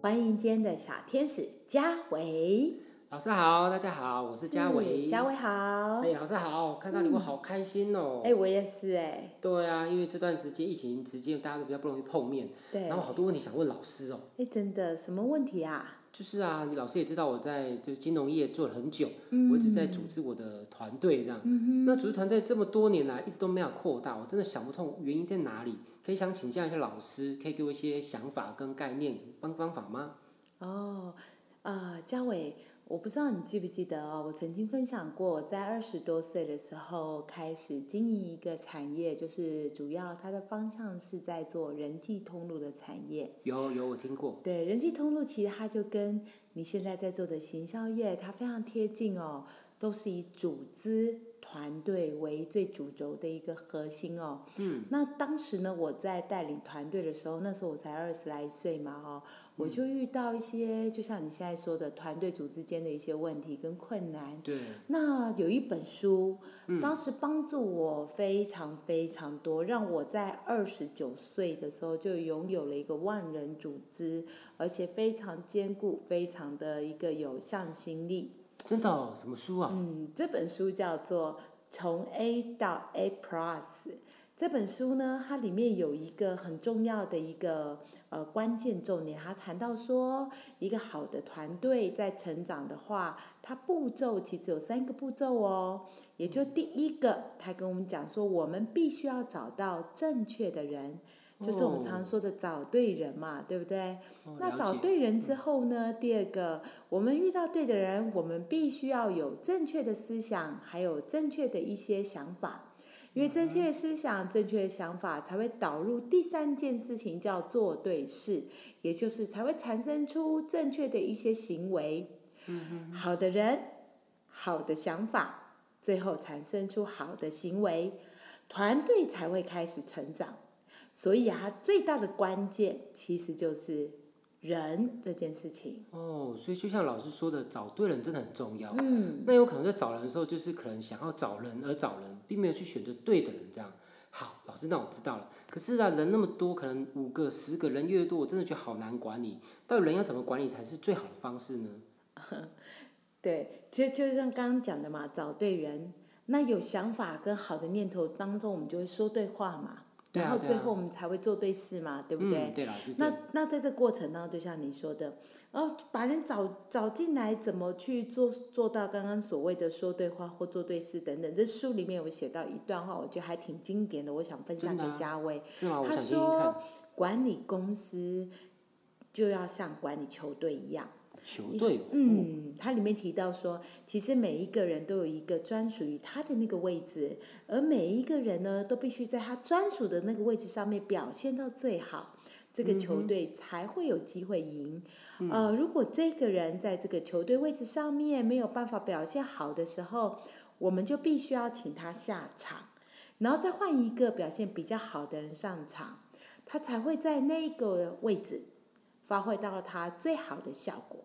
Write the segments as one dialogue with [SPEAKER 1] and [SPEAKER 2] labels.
[SPEAKER 1] 欢迎今天的小天使嘉维，
[SPEAKER 2] 老师好，大家好，我是嘉维。
[SPEAKER 1] 是嘉维好。
[SPEAKER 2] 哎、老师好，看到你我好开心哦、
[SPEAKER 1] 哎、我也是哎、
[SPEAKER 2] 对啊，因为这段时间疫情之间，大家都比较不容易碰面，
[SPEAKER 1] 对，
[SPEAKER 2] 然后好多问题想问老师哦、
[SPEAKER 1] 哎，真的什么问题啊？
[SPEAKER 2] 就是啊，你老师也知道我在就是金融业做了很久，
[SPEAKER 1] 嗯
[SPEAKER 2] 我一直在组织我的团队这样。那组织团队这么多年来一直都没有扩大，我真的想不通原因在哪里。可以想请教一下老师，可以给我一些想法跟概念帮方法吗？
[SPEAKER 1] 哦，呃，嘉伟，我不知道你记不记得哦，我曾经分享过，我在二十多岁的时候开始经营一个产业，就是主要它的方向是在做人际通路的产业。
[SPEAKER 2] 有有，我听过。
[SPEAKER 1] 对，人际通路其实它就跟你现在在做的行销业，它非常贴近哦，都是以组织团队为最主轴的一个核心哦。嗯。那当时呢，我在带领团队的时候，那时候我才二十来岁嘛哦，我就遇到一些，就像你现在说的，团队组之间的一些问题跟困难。
[SPEAKER 2] 对，
[SPEAKER 1] 那有一本书，当时帮助我非常非常多，让我在二十九岁的时候就拥有了一个万人组织，而且非常坚固，非常的一个有向心力。
[SPEAKER 2] 真的、哦，什么书啊？
[SPEAKER 1] 嗯，这本书叫做《从 A 到 A Plus》。这本书呢，它里面有一个很重要的一个呃关键重点，它谈到说，一个好的团队在成长的话，它步骤其实有三个步骤哦。也就第一个，他跟我们讲说，我们必须要找到正确的人，就是我们
[SPEAKER 2] 哦
[SPEAKER 1] 常说的找对人嘛，对不对？
[SPEAKER 2] 哦
[SPEAKER 1] 那
[SPEAKER 2] 了
[SPEAKER 1] 找
[SPEAKER 2] 解
[SPEAKER 1] 对人之后呢？第二个，我们遇到对的人，我们必须要有正确的思想，还有正确的一些想法，因为正确的思想、正确的想法才会导入第三件事情，叫做对事，也就是才会产生出正确的一些行为。
[SPEAKER 2] 嗯
[SPEAKER 1] 好的人，好的想法，最后产生出好的行为，团队才会开始成长。所以啊，最大的关键其实就是人这件事情。
[SPEAKER 2] 哦，所以就像老师说的，找对人真的很重要。啊
[SPEAKER 1] 嗯，
[SPEAKER 2] 那有可能在找人的时候，就是可能想要找人而找人，并没有去选择对的人，这样。好，老师，那我知道了。可是啊，人那么多，可能五个、十个人越多，我真的觉得好难管理。到底人要怎么管理才是最好的方式呢？
[SPEAKER 1] 对，其实就像刚刚讲的嘛，找对人，那有想法跟好的念头当中，我们就会说对话嘛，
[SPEAKER 2] 对啊
[SPEAKER 1] 然后
[SPEAKER 2] 对啊
[SPEAKER 1] 最后我们才会做对事嘛，对不对？
[SPEAKER 2] 嗯，对，老师，对
[SPEAKER 1] 那那在这过程当中，就像你说的，然后把人找找进来，怎么去做做到刚刚所谓的说对话或做对事等等，这书里面有写到一段话，我觉得还挺经典的，我想分享
[SPEAKER 2] 真
[SPEAKER 1] 给
[SPEAKER 2] 的啊
[SPEAKER 1] 嘉威。
[SPEAKER 2] 是吗？我
[SPEAKER 1] 他
[SPEAKER 2] 想听听看
[SPEAKER 1] 说。，管理公司就要像管理球队一样。
[SPEAKER 2] 球队哦，
[SPEAKER 1] 嗯，它里面提到说，其实每一个人都有一个专属于他的那个位置，而每一个人呢，都必须在他专属的那个位置上面表现到最好，这个球队才会有机会赢。呃，如果这个人在这个球队位置上面没有办法表现好的时候，我们就必须要请他下场，然后再换一个表现比较好的人上场，他才会在那个位置发挥到他最好的效果。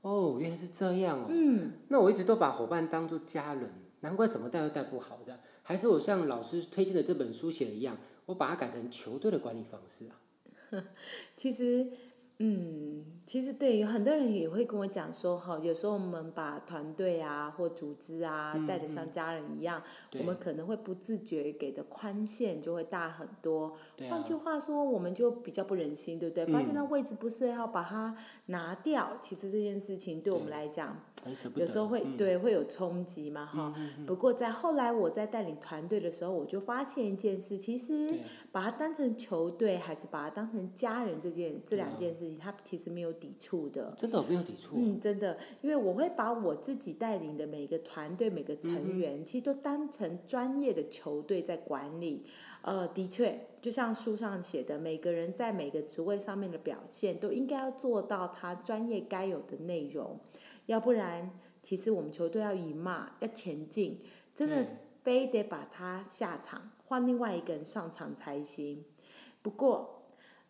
[SPEAKER 2] 哦，原来是这样哦。嗯。那我一直都把伙伴当做家人，难怪怎么带都带不好这样。还是我像老师推荐的这本书写的一样，我把它改成球队的管理方式啊。
[SPEAKER 1] 其实，嗯，其实对，有很多人也会跟我讲说，哈，有时候我们把团队啊或组织啊带的像家人一样，我
[SPEAKER 2] 嗯对
[SPEAKER 1] 们可能会不自觉给的宽限就会大很多。
[SPEAKER 2] 对
[SPEAKER 1] 换
[SPEAKER 2] 啊，嗯
[SPEAKER 1] 句话说，我们就比较不忍心，对不对？发现那位置不是要把它拿掉，其实这件事情对我们
[SPEAKER 2] 对
[SPEAKER 1] 来讲，
[SPEAKER 2] 很舍不得。
[SPEAKER 1] 有时候会
[SPEAKER 2] 嗯
[SPEAKER 1] 对会有冲击嘛，哈。不过在后来我在带领团队的时候，我就发现一件事，其实
[SPEAKER 2] 对
[SPEAKER 1] 把它当成球队还是把它当成家人这件这
[SPEAKER 2] 对啊
[SPEAKER 1] 两件事情，它其实没有抵触的。
[SPEAKER 2] 真的我没有抵触。
[SPEAKER 1] 嗯，真的，因为我会把我自己带领的每个团队、每个成员，其实都当成专业的球队在管理。呃，的确，就像书上写的，每个人在每个职位上面的表现，都应该要做到他专业该有的内容，要不然，其实我们球队要赢嘛，要前进，真的
[SPEAKER 2] 对
[SPEAKER 1] 非得把他下场，换另外一个人上场才行。不过，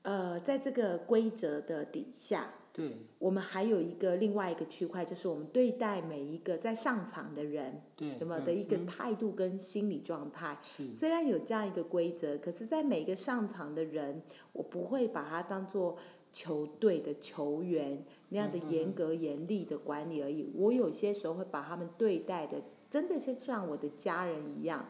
[SPEAKER 1] 呃，在这个规则的底下，
[SPEAKER 2] 对
[SPEAKER 1] 我们还有一个另外一个区块，就是我们对待每一个在上场的人，
[SPEAKER 2] 对，
[SPEAKER 1] 那么
[SPEAKER 2] 嗯
[SPEAKER 1] 的一个
[SPEAKER 2] 嗯
[SPEAKER 1] 态度跟心理状态。
[SPEAKER 2] 是
[SPEAKER 1] 虽然有这样一个规则，可是，在每一个上场的人，我不会把他当做球队的球员那样的严格严厉的管理而已。我有些时候会把他们对待的，真的是像我的家人一样。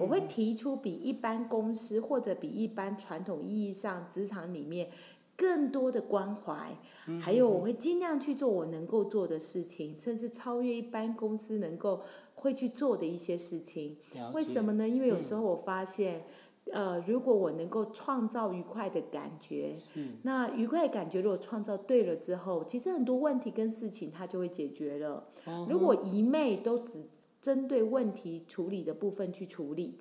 [SPEAKER 1] 我会提出比一般公司或者比一般传统意义上职场里面更多的关怀，还有我会尽量去做我能够做的事情，甚至超越一般公司能够会去做的一些事情。
[SPEAKER 2] 了
[SPEAKER 1] 为
[SPEAKER 2] 解
[SPEAKER 1] 什么呢？因为有时候我发现，呃，如果我能够创造愉快的感觉，那愉快的感觉如果创造对了之后，其实很多问题跟事情它就会解决了。
[SPEAKER 2] 嗯哦
[SPEAKER 1] 如果一昧都只针对问题处理的部分去处理，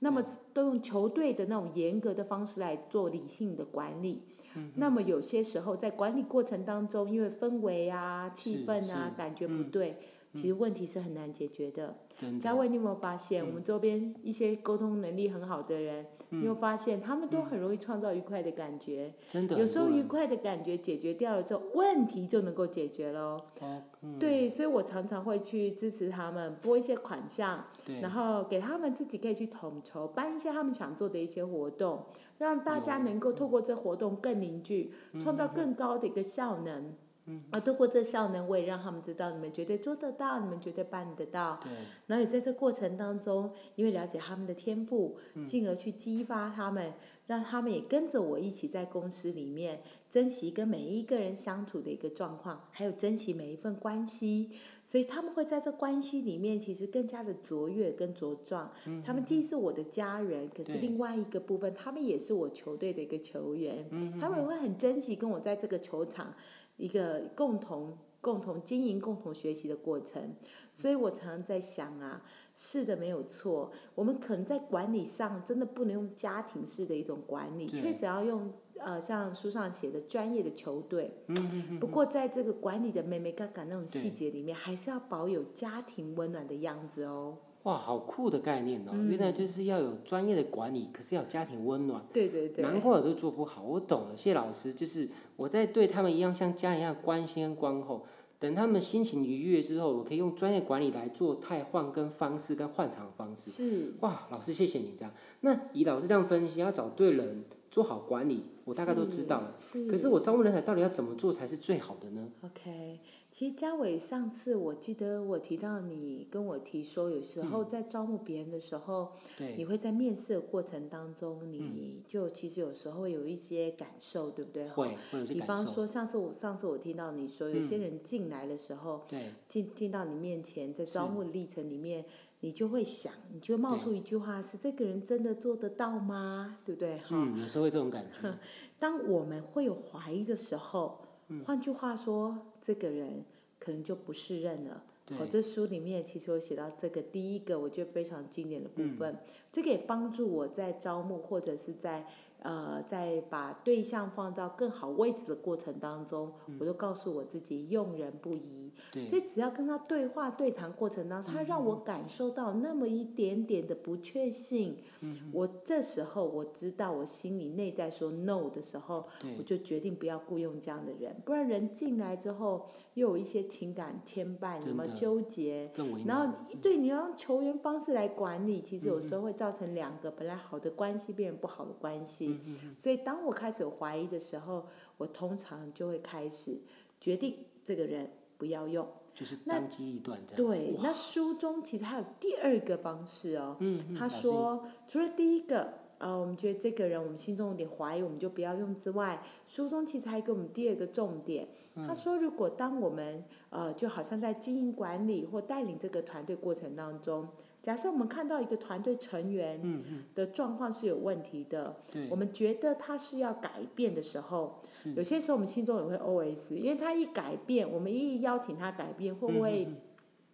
[SPEAKER 1] 那
[SPEAKER 2] 嗯
[SPEAKER 1] 么都用球队的那种严格的方式来做理性的管理。
[SPEAKER 2] 嗯
[SPEAKER 1] 那么有些时候在管理过程当中，因为氛围啊、气
[SPEAKER 2] 是
[SPEAKER 1] 氛啊
[SPEAKER 2] 是嗯
[SPEAKER 1] 感觉不对，其实问题是很难解决的。
[SPEAKER 2] 真的
[SPEAKER 1] 嘉惠，你有没有发
[SPEAKER 2] 嗯
[SPEAKER 1] 现，我们周边一些沟通能力很好的人，你有没有发现他们都很容易创造愉快的感觉？
[SPEAKER 2] 真的
[SPEAKER 1] 有时候
[SPEAKER 2] 很多
[SPEAKER 1] 愉
[SPEAKER 2] 人
[SPEAKER 1] 快的感觉解决掉了之后，问题就能够解决喽。
[SPEAKER 2] 哦嗯
[SPEAKER 1] 对，所以我常常会去支持他们，拨一些款项，
[SPEAKER 2] 对
[SPEAKER 1] 然后给他们自己可以去统筹，办一些他们想做的一些活动，让大家
[SPEAKER 2] 有
[SPEAKER 1] 能够透过这活动更凝聚，创造更高的一个效能。
[SPEAKER 2] 嗯
[SPEAKER 1] 而透过这效能，我也让他们知道，你们绝对做得到，你们绝对办得到。
[SPEAKER 2] 对
[SPEAKER 1] 然后也在这过程当中，因为了解他们的天赋，进而去激发他们，让他们也跟着我一起在公司里面珍惜跟每一个人相处的一个状况，还有珍惜每一份关系。所以他们会在这关系里面，其实更加的卓越跟茁壮。他们既是我的家人，可是
[SPEAKER 2] 对
[SPEAKER 1] 另外一个部分，他们也是我球队的一个球员。他们会很珍惜跟我在这个球场一个共同。共同经营、共同学习的过程，所以我常常在想啊，是的，没有错。我们可能在管理上真的不能用家庭式的一种管理，
[SPEAKER 2] 对
[SPEAKER 1] 确实要用呃像书上写的专业的球队。
[SPEAKER 2] 嗯
[SPEAKER 1] 不过在这个管理的妹妹嘎嘎那种
[SPEAKER 2] 对
[SPEAKER 1] 细节里面，还是要保有家庭温暖的样子哦。
[SPEAKER 2] 哇，好酷的概念
[SPEAKER 1] 嗯
[SPEAKER 2] 哦！原来就是要有专业的管理，可是要有家庭温暖。
[SPEAKER 1] 对对对，
[SPEAKER 2] 难怪我都做不好，我懂了。谢谢老师，就是我在对他们一样像家人一样关心跟关后，等他们心情愉悦之后，我可以用专业管理来做汰换跟方式跟换场方式。
[SPEAKER 1] 是
[SPEAKER 2] 哇，老师谢谢你这样。那以老师这样分析，要找对人，做好管理，我大概都知道了。
[SPEAKER 1] 是。
[SPEAKER 2] 可是我招募人才到底要怎么做才是最好的呢？
[SPEAKER 1] OK，其实嘉伟上次我记得我提到你跟我提说，有时
[SPEAKER 2] 嗯
[SPEAKER 1] 候在招募别人的时候，你
[SPEAKER 2] 对，嗯
[SPEAKER 1] 会在面试的过程当中，你就其实有时候有一些感受，对不对？
[SPEAKER 2] 会会有这
[SPEAKER 1] 比
[SPEAKER 2] 感
[SPEAKER 1] 方
[SPEAKER 2] 受。嗯
[SPEAKER 1] 说，上次我上次我听到你说，有些人进来的时候，
[SPEAKER 2] 对
[SPEAKER 1] 进进到你面前，在招募的历程里面，你就会想，你就会冒出一句话是：这个人真的做得到吗？对不对？哈、
[SPEAKER 2] 嗯，有时候会这种感 觉。
[SPEAKER 1] 当我们会有怀疑的时候，
[SPEAKER 2] 嗯
[SPEAKER 1] 换句话说，这个人可能就不适任了。
[SPEAKER 2] 对
[SPEAKER 1] 我哦这书里面其实有写到这个第一个，我觉得非常经典的
[SPEAKER 2] 嗯
[SPEAKER 1] 部分，这个也帮助我在招募或者是在呃在把对象放到更好位置的过程当中，我就告诉我自己用人不疑。
[SPEAKER 2] 嗯对嗯
[SPEAKER 1] 所以只要跟他对话对谈过程当中，他让我感受到那么一点点的不确信，
[SPEAKER 2] 嗯
[SPEAKER 1] 我这时候我知道我心里内在说 no 的时候，
[SPEAKER 2] 对
[SPEAKER 1] 我就决定不要雇佣这样的人，不然人进来之后又有一些情感牵绊，什
[SPEAKER 2] 真
[SPEAKER 1] 么
[SPEAKER 2] 的
[SPEAKER 1] 纠结。
[SPEAKER 2] 更为
[SPEAKER 1] 然
[SPEAKER 2] 难。
[SPEAKER 1] 后对你要用球员方式来管理，其实有时候会造成
[SPEAKER 2] 嗯
[SPEAKER 1] 两个本来好的关系变成不好的关系。所以当我开始有怀疑的时候，我通常就会开始决定这个人不要用。
[SPEAKER 2] 就是
[SPEAKER 1] 那
[SPEAKER 2] 当机立断这样。
[SPEAKER 1] 对，
[SPEAKER 2] 哇
[SPEAKER 1] 那书中其实还有第二个方式哦。
[SPEAKER 2] 嗯，嗯
[SPEAKER 1] 他
[SPEAKER 2] 老师
[SPEAKER 1] 说，除了第一个，呃，我们觉得这个人我们心中有点怀疑，我们就不要用之外，书中其实还给我们第二个重点。
[SPEAKER 2] 嗯
[SPEAKER 1] 他说，如果当我们呃，就好像在经营管理或带领这个团队过程当中，假设我们看到一个团队成员的状况是有问题的，
[SPEAKER 2] 嗯对
[SPEAKER 1] 我们觉得他是要改变的时候，有些时候我们心中也会 OS，因为他一改变，我们一邀请他改变，会不会
[SPEAKER 2] 嗯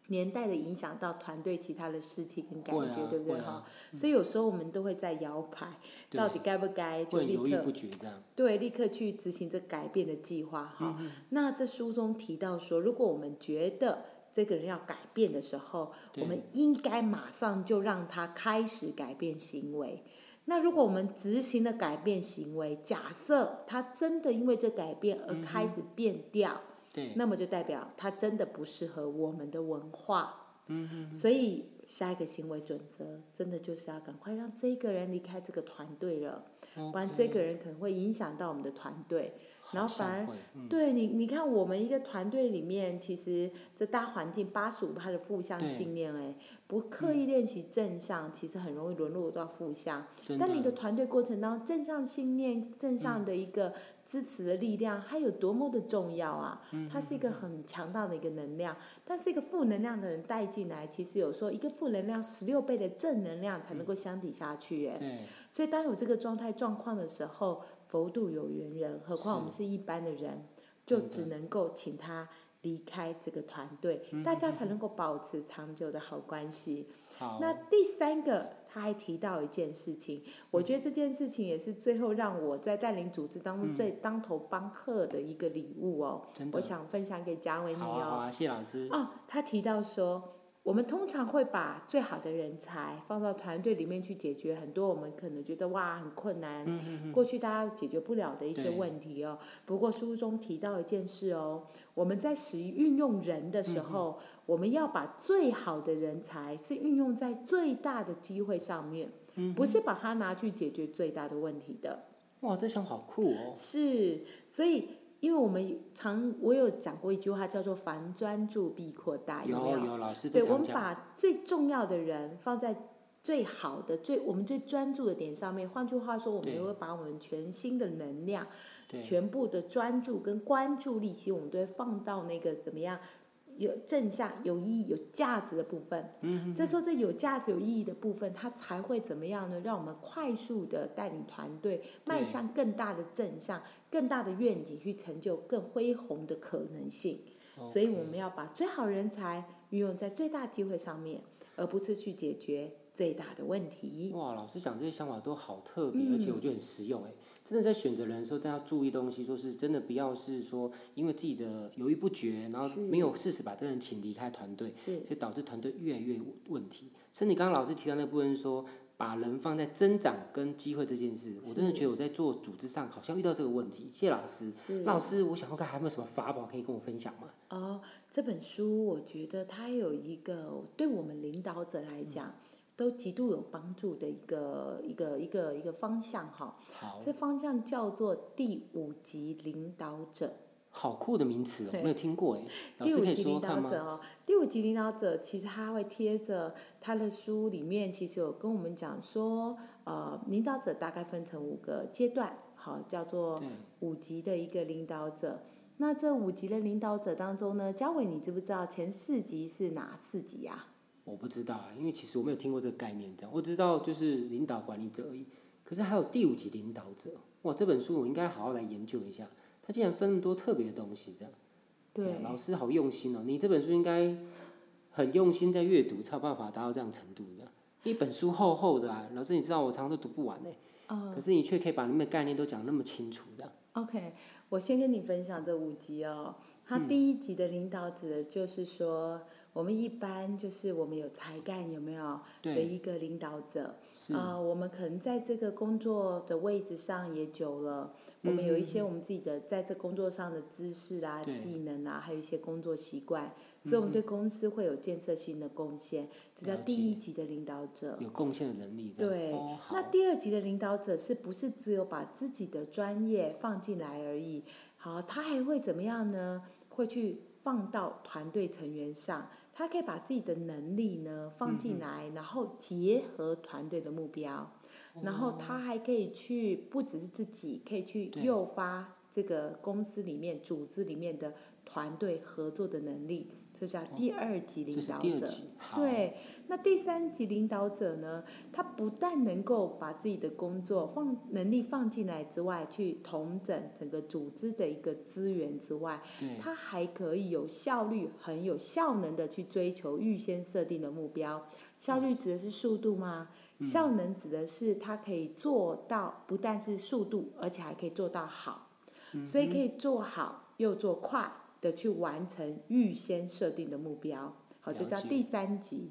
[SPEAKER 1] 年代的影响到团队其他的事情跟感
[SPEAKER 2] 会啊
[SPEAKER 1] 觉，对不对
[SPEAKER 2] 会
[SPEAKER 1] 哈
[SPEAKER 2] 啊？
[SPEAKER 1] 所以有时候我们都会在摇摆，
[SPEAKER 2] 对
[SPEAKER 1] 到底该不该就
[SPEAKER 2] 会很
[SPEAKER 1] 立
[SPEAKER 2] 犹豫不
[SPEAKER 1] 刻
[SPEAKER 2] 决这样。
[SPEAKER 1] 对立刻去执行这改变的计划
[SPEAKER 2] 嗯
[SPEAKER 1] 哈。那这书中提到说，如果我们觉得这个人要改变的时候，
[SPEAKER 2] 对
[SPEAKER 1] 我们应该马上就让他开始改变行为。那如果我们执行了改变行为，假设他真的因为这改变
[SPEAKER 2] 嗯
[SPEAKER 1] 而开始变调，
[SPEAKER 2] 对，
[SPEAKER 1] 那么就代表他真的不适合我们的文化。嗯所以下一个行为准则，真的就是要赶快让这个人离开这个团队了，不然这个人可能会影响到我们的团队。然后
[SPEAKER 2] 嗯好像
[SPEAKER 1] 反而
[SPEAKER 2] 会嗯
[SPEAKER 1] 对你，你看我们一个团队里面，其实这大环境八十五趴的负向
[SPEAKER 2] 对嗯
[SPEAKER 1] 信念，哎，不刻意练习正向，其实很容易沦落到负向。
[SPEAKER 2] 真
[SPEAKER 1] 但你一个
[SPEAKER 2] 的嗯
[SPEAKER 1] 团队过程当中，正向信念、正向的一个支持的力量，它有多么的重要啊！
[SPEAKER 2] 嗯
[SPEAKER 1] 它是一个很强大的一个能量，但是一个负能量的人带进来，其实有时候一个负能量十六倍的正能量才能
[SPEAKER 2] 嗯
[SPEAKER 1] 够相抵下去耶。
[SPEAKER 2] 对
[SPEAKER 1] 所以当有这个状态状况的时候，佛度有缘人，何况我们是一般的人，就
[SPEAKER 2] 真的
[SPEAKER 1] 只能够请他离开这个团队，
[SPEAKER 2] 嗯
[SPEAKER 1] 大家才能够保持长久的好关系。
[SPEAKER 2] 好嗯
[SPEAKER 1] 那第三个，他还提到一件事情，我觉得这件事情也是最后让我在带领组织当中最当头棒喝的一个礼物哦。
[SPEAKER 2] 嗯真的
[SPEAKER 1] 我想分享给嘉伟你
[SPEAKER 2] 好啊好
[SPEAKER 1] 哦。
[SPEAKER 2] 啊，谢谢老师。
[SPEAKER 1] 哦，他提到说，我们通常会把最好的人才放到团队里面去解决很多我们可能觉得哇很困难，过去大家解决不了的一些
[SPEAKER 2] 嗯对
[SPEAKER 1] 问题哦。不过书中提到一件事哦，我们在使运用人的
[SPEAKER 2] 嗯
[SPEAKER 1] 时候，我们要把最好的人才是运用在最大的机会上面，
[SPEAKER 2] 嗯
[SPEAKER 1] 不是把它拿去解决最大的问题的。
[SPEAKER 2] 哇，这想法好酷哦。
[SPEAKER 1] 是，所以因为我们常我有讲过一句话叫做“凡专注必扩大”，有没
[SPEAKER 2] 有有老师
[SPEAKER 1] 对，
[SPEAKER 2] 这
[SPEAKER 1] 我
[SPEAKER 2] 常
[SPEAKER 1] 们
[SPEAKER 2] 讲，
[SPEAKER 1] 把最重要的人放在最好的、最我们最专注的点上面。换句话说，我
[SPEAKER 2] 对
[SPEAKER 1] 们会把我们全新的能量、
[SPEAKER 2] 对
[SPEAKER 1] 全部的专注跟关注力，其实我们都会放到那个怎么样？有正向、有意义、有价值的部分，嗯这时候这有价值、有意义的部分，它才会怎么样呢？让我们快速的带领团队迈向更大的正向、更大的愿景，去成就更恢宏的可能性。所以我们要把最好人才运用在最大机会上面，而不是去解决最大的问题。
[SPEAKER 2] 哇，老师讲这些想法都好特别，而且
[SPEAKER 1] 嗯
[SPEAKER 2] 我觉得很实用哎。真的在选择人的时候，大家注意东西，说是真的不要是说因为自己的犹豫不决，然后
[SPEAKER 1] 是
[SPEAKER 2] 没有适时把这个人请离开团队，
[SPEAKER 1] 是
[SPEAKER 2] 所以导致团队越来越有问题。甚至刚刚老师提到那部分说，把人放在增长跟机会这件事，我真的觉得我在做组织上好像遇到这个问题。谢谢老师，
[SPEAKER 1] 是
[SPEAKER 2] 那老师，我想要看还有没有什么法宝可以跟我分享吗？
[SPEAKER 1] 哦，这本书我觉得它有一个对我们领导者
[SPEAKER 2] 嗯
[SPEAKER 1] 来讲。都极度有帮助的一个一个一个一个方向哈，
[SPEAKER 2] 好，
[SPEAKER 1] 这方向叫做第五级领导者。
[SPEAKER 2] 好酷的名词哦，
[SPEAKER 1] 对
[SPEAKER 2] 没有听过哎，老
[SPEAKER 1] 第
[SPEAKER 2] 师
[SPEAKER 1] 五
[SPEAKER 2] 可以
[SPEAKER 1] 级
[SPEAKER 2] 说
[SPEAKER 1] 领
[SPEAKER 2] 说
[SPEAKER 1] 导
[SPEAKER 2] 看
[SPEAKER 1] 者
[SPEAKER 2] 吗？
[SPEAKER 1] 哦，第五级领导者其实他会贴着他的书里面，其实有跟我们讲说，呃，领导者大概分成五个阶段，好，叫做
[SPEAKER 2] 对
[SPEAKER 1] 五级的一个领导者。那这五级的领导者当中呢，嘉伟，你知不知道前四级是哪四级呀、
[SPEAKER 2] 我不知道啊，因为其实我没有听过这个概念，这样我只知道就是领导管理者而已。可是还有第五级领导者，哇，这本书我应该好好来研究一下。它竟然分那么多特别的东西，这样。哎呀
[SPEAKER 1] 对，
[SPEAKER 2] 老师好用心哦，你这本书应该很用心在阅读，才有办法达到这样程度这样。一本书厚厚的啊，老师你知道我常常都读不完哎、
[SPEAKER 1] 嗯
[SPEAKER 2] 可是你却可以把里面的概念都讲得那么清楚这样。
[SPEAKER 1] OK，我先跟你分享这五级哦。它
[SPEAKER 2] 嗯
[SPEAKER 1] 第一级的领导指的就是说，我们一般就是我们有才干有没有
[SPEAKER 2] 对
[SPEAKER 1] 的一个领导者，啊，我们可能在这个工作的位置上也久了，我们有一些我们自己的在这工作上的知识啊、
[SPEAKER 2] 嗯对嗯
[SPEAKER 1] 技能啊，还有一些工作习惯，所以我们对公司会有建设性的贡献。这叫
[SPEAKER 2] 了解
[SPEAKER 1] 第一级的领导者。
[SPEAKER 2] 有贡献的能力这样。
[SPEAKER 1] 对
[SPEAKER 2] 哦、，好
[SPEAKER 1] 那第二级的领导者是不是只有把自己的专业放进来而已？好，他还会怎么样呢？会去放到团队成员上，他可以把自己的能力呢放进
[SPEAKER 2] 嗯
[SPEAKER 1] 来，然后结合团队的目标，然后他还可以去不只是自己，可以去
[SPEAKER 2] 对
[SPEAKER 1] 诱发这个公司里面、组织里面的团队合作的能力，这叫第二级领
[SPEAKER 2] 哦这是
[SPEAKER 1] 导
[SPEAKER 2] 第二
[SPEAKER 1] 者。
[SPEAKER 2] 级，好，
[SPEAKER 1] 对，那第三级领导者呢，他不但能够把自己的工作放能力放进来之外，去统整整个组织的一个资源之外，
[SPEAKER 2] 对
[SPEAKER 1] 他还可以有效率、很有效能的去追求预先设定的目标。效率指的是速度吗？
[SPEAKER 2] 嗯
[SPEAKER 1] 效能指的是他可以做到，不但是速度，而且还可以做到好，
[SPEAKER 2] 嗯
[SPEAKER 1] 所以可以做好又做快的去完成预先设定的目标。好，这
[SPEAKER 2] 了
[SPEAKER 1] 叫
[SPEAKER 2] 解
[SPEAKER 1] 第三级。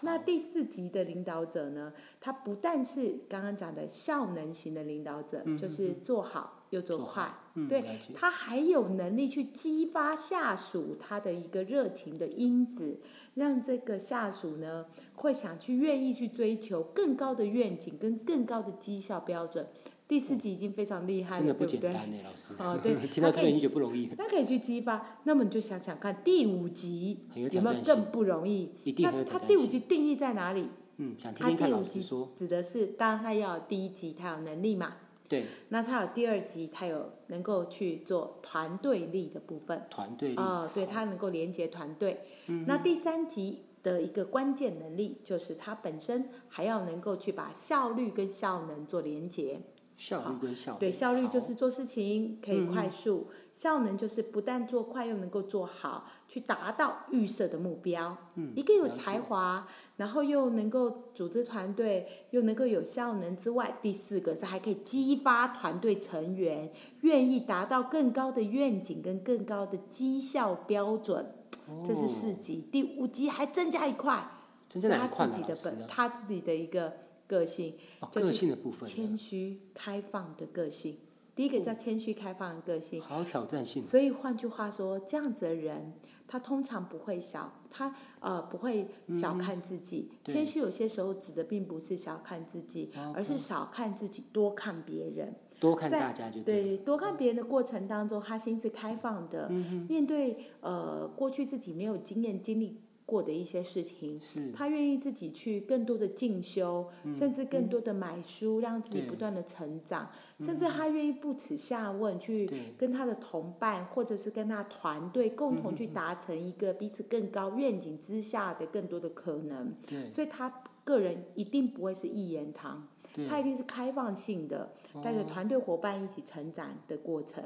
[SPEAKER 1] 那第四级的领导者呢，他不但是刚刚讲的效能型的领导
[SPEAKER 2] 嗯
[SPEAKER 1] 者，就是做好又做
[SPEAKER 2] 做
[SPEAKER 1] 快，
[SPEAKER 2] 嗯
[SPEAKER 1] 对
[SPEAKER 2] 了解
[SPEAKER 1] 他还有能力去激发下属他的一个热情的因子，让这个下属呢会想去愿意去追求更高的愿景跟更高的绩效标准。第四级已经非常厉害
[SPEAKER 2] 嗯真的
[SPEAKER 1] 了，
[SPEAKER 2] 不
[SPEAKER 1] 对
[SPEAKER 2] 简
[SPEAKER 1] 不对？
[SPEAKER 2] 单呢，欸老师。
[SPEAKER 1] 哦 对
[SPEAKER 2] 听到
[SPEAKER 1] 他可
[SPEAKER 2] 这
[SPEAKER 1] 以
[SPEAKER 2] 个已经觉得不容易了，
[SPEAKER 1] 他可以去激发，那么你就想想看，第五级
[SPEAKER 2] 很有挑
[SPEAKER 1] 有没有
[SPEAKER 2] 战
[SPEAKER 1] 更
[SPEAKER 2] 性
[SPEAKER 1] 不容易？
[SPEAKER 2] 一定很
[SPEAKER 1] 那
[SPEAKER 2] 有
[SPEAKER 1] 它
[SPEAKER 2] 挑战
[SPEAKER 1] 第五
[SPEAKER 2] 性。
[SPEAKER 1] 级定义在哪里？
[SPEAKER 2] 嗯，想听
[SPEAKER 1] 它
[SPEAKER 2] 听看
[SPEAKER 1] 第
[SPEAKER 2] 老
[SPEAKER 1] 五
[SPEAKER 2] 师
[SPEAKER 1] 级
[SPEAKER 2] 说，
[SPEAKER 1] 指的是，当然它要有第一级，它有能力嘛。
[SPEAKER 2] 对
[SPEAKER 1] 那它有第二级，它有能够去做团队力的部分。
[SPEAKER 2] 团队力，
[SPEAKER 1] 哦，对，它能够连接团队。那第三级的一个关键能力，就是它本身还要能够去把效率跟效能做连接。
[SPEAKER 2] 效率跟效率，
[SPEAKER 1] 对，效率就
[SPEAKER 2] 好
[SPEAKER 1] 是做事情可以快速，效能就是不但做快又能够做好，去达到预设的目标。嗯一个有
[SPEAKER 2] 了解
[SPEAKER 1] 才华，然后又能够组织团队，又能够有效能之外，第四个是还可以激发团队成员愿意达到更高的愿景跟更高的绩效标准。
[SPEAKER 2] 哦
[SPEAKER 1] 这是四级，第五级还增加一块，
[SPEAKER 2] 真
[SPEAKER 1] 是
[SPEAKER 2] 正
[SPEAKER 1] 他
[SPEAKER 2] 哪一块
[SPEAKER 1] 自己
[SPEAKER 2] 呢？老
[SPEAKER 1] 的
[SPEAKER 2] 师
[SPEAKER 1] 本，
[SPEAKER 2] 呢？
[SPEAKER 1] 他自己的一个个性。
[SPEAKER 2] 哦，
[SPEAKER 1] 就
[SPEAKER 2] 个
[SPEAKER 1] 是
[SPEAKER 2] 性的部哦分呢，
[SPEAKER 1] 谦虚、开放的个性。第一个叫谦虚、开放的个性。
[SPEAKER 2] 好有挑战性。
[SPEAKER 1] 所以换句话说，这样子的人，他通常不会小，他呃不会小看自己。
[SPEAKER 2] 嗯对哦
[SPEAKER 1] 谦虚有些时候指的并不是小看自己，而是少看自己，多看别人。
[SPEAKER 2] 多看
[SPEAKER 1] 在
[SPEAKER 2] 大家就了。嗯
[SPEAKER 1] 对，多看别人的过程当中，他心是开放的，面对呃过去自己没有经验经历过的一些事情，
[SPEAKER 2] 是嗯
[SPEAKER 1] 他愿意自己去更多的进修，甚至更多的买书，让自己
[SPEAKER 2] 对嗯
[SPEAKER 1] 不断的成长，甚至他愿意不耻下问，去
[SPEAKER 2] 对嗯
[SPEAKER 1] 跟他的同伴或者是跟他团队共同去达成一个彼此更高愿景之下的更多的可能，
[SPEAKER 2] 对
[SPEAKER 1] 所以他个人一定不会是一言堂。
[SPEAKER 2] 对
[SPEAKER 1] 它一定是开放性的，带着团队伙伴一起成长的过程。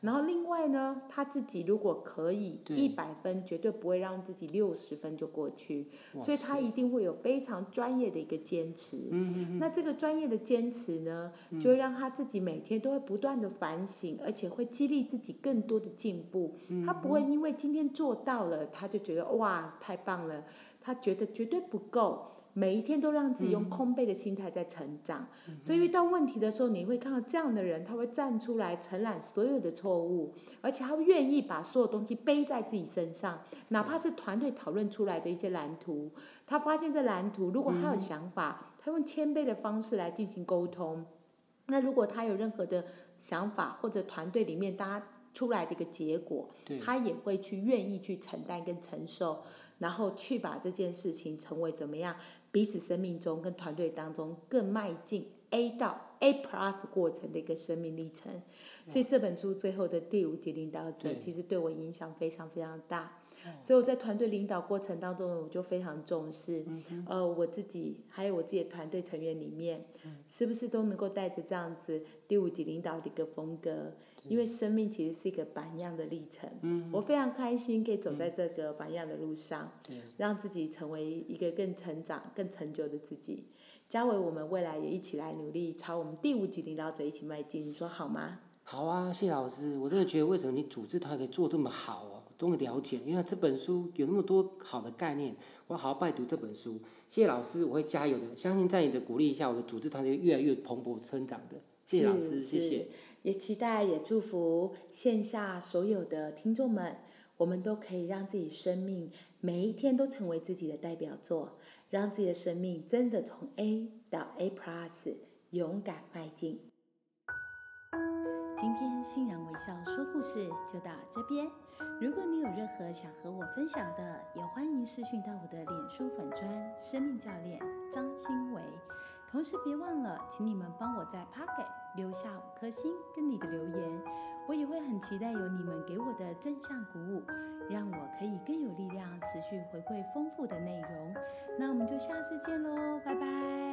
[SPEAKER 1] 然后另外呢，他自己如果可以
[SPEAKER 2] 对
[SPEAKER 1] 一百分，绝对不会让自己六十分就过去，
[SPEAKER 2] 哇
[SPEAKER 1] 所以他一定会有非常专业的一个坚持。
[SPEAKER 2] 嗯
[SPEAKER 1] 那这个专业的坚持呢，就会让他自己每天都会不断的反省，而且会激励自己更多的进步。
[SPEAKER 2] 嗯
[SPEAKER 1] 他不会因为今天做到了，他就觉得哇太棒了，他觉得绝对不够。每一天都让自己用空杯的心态在成长，所以遇到问题的时候，你会看到这样的人，他会站出来承揽所有的错误，而且他会愿意把所有东西背在自己身上，哪怕是团队讨论出来的一些蓝图，他发现这蓝图如果他有想法，他用谦卑的方式来进行沟通。那如果他有任何的想法，或者团队里面大家出来的一个结果，
[SPEAKER 2] 对
[SPEAKER 1] 他也会去愿意去承担跟承受，然后去把这件事情成为怎么样彼此生命中跟团队当中更迈进 A 到 A plus 过程的一个生命历程。所以这本书最后的第五级领导者，
[SPEAKER 2] 对哦
[SPEAKER 1] 其实对我影响非常非常大。所以我在团队领导过程当中，我就非常重视，
[SPEAKER 2] 嗯
[SPEAKER 1] 呃，我自己还有我自己的团队成员里面，
[SPEAKER 2] 嗯
[SPEAKER 1] 是不是都能够带着这样子第五级领导的一个风格？因为生命其实是一个榜样的历程，我非常开心可以走在这个榜样的路上，
[SPEAKER 2] 对
[SPEAKER 1] 让自己成为一个更成长、更成就的自己。嘉伟，我们未来也一起来努力，朝我们第五级领导者一起迈进，你说好吗？
[SPEAKER 2] 好啊，谢谢老师，我真的觉得为什么你组织团可以做这么好哦、我终于了解，因为这本书有那么多好的概念，我要好好拜读这本书。谢谢老师，我会加油的，相信在你的鼓励下，我的组织团队越来越蓬勃生长的。谢谢老
[SPEAKER 1] 是
[SPEAKER 2] 师，谢
[SPEAKER 1] 是
[SPEAKER 2] 谢，
[SPEAKER 1] 也期待也祝福线下所有的听众们，
[SPEAKER 3] 我们都可以让自己生命每一天都成为自己的代表作，让自己的生命真的从 A 到 A Plus 勇敢迈进。
[SPEAKER 1] 今天欣然微笑说故事就到这边。如果你有任何想和我分享的，也欢迎私讯到我的脸书粉砖“生命教练张新维”。同时别忘了，请你们帮我在 Pocket 留下五颗星跟你的留言，我也会很期待有你们给我的正向鼓舞，让我可以更有力量持续回馈丰富的内容。那我们就下次见喽，拜拜。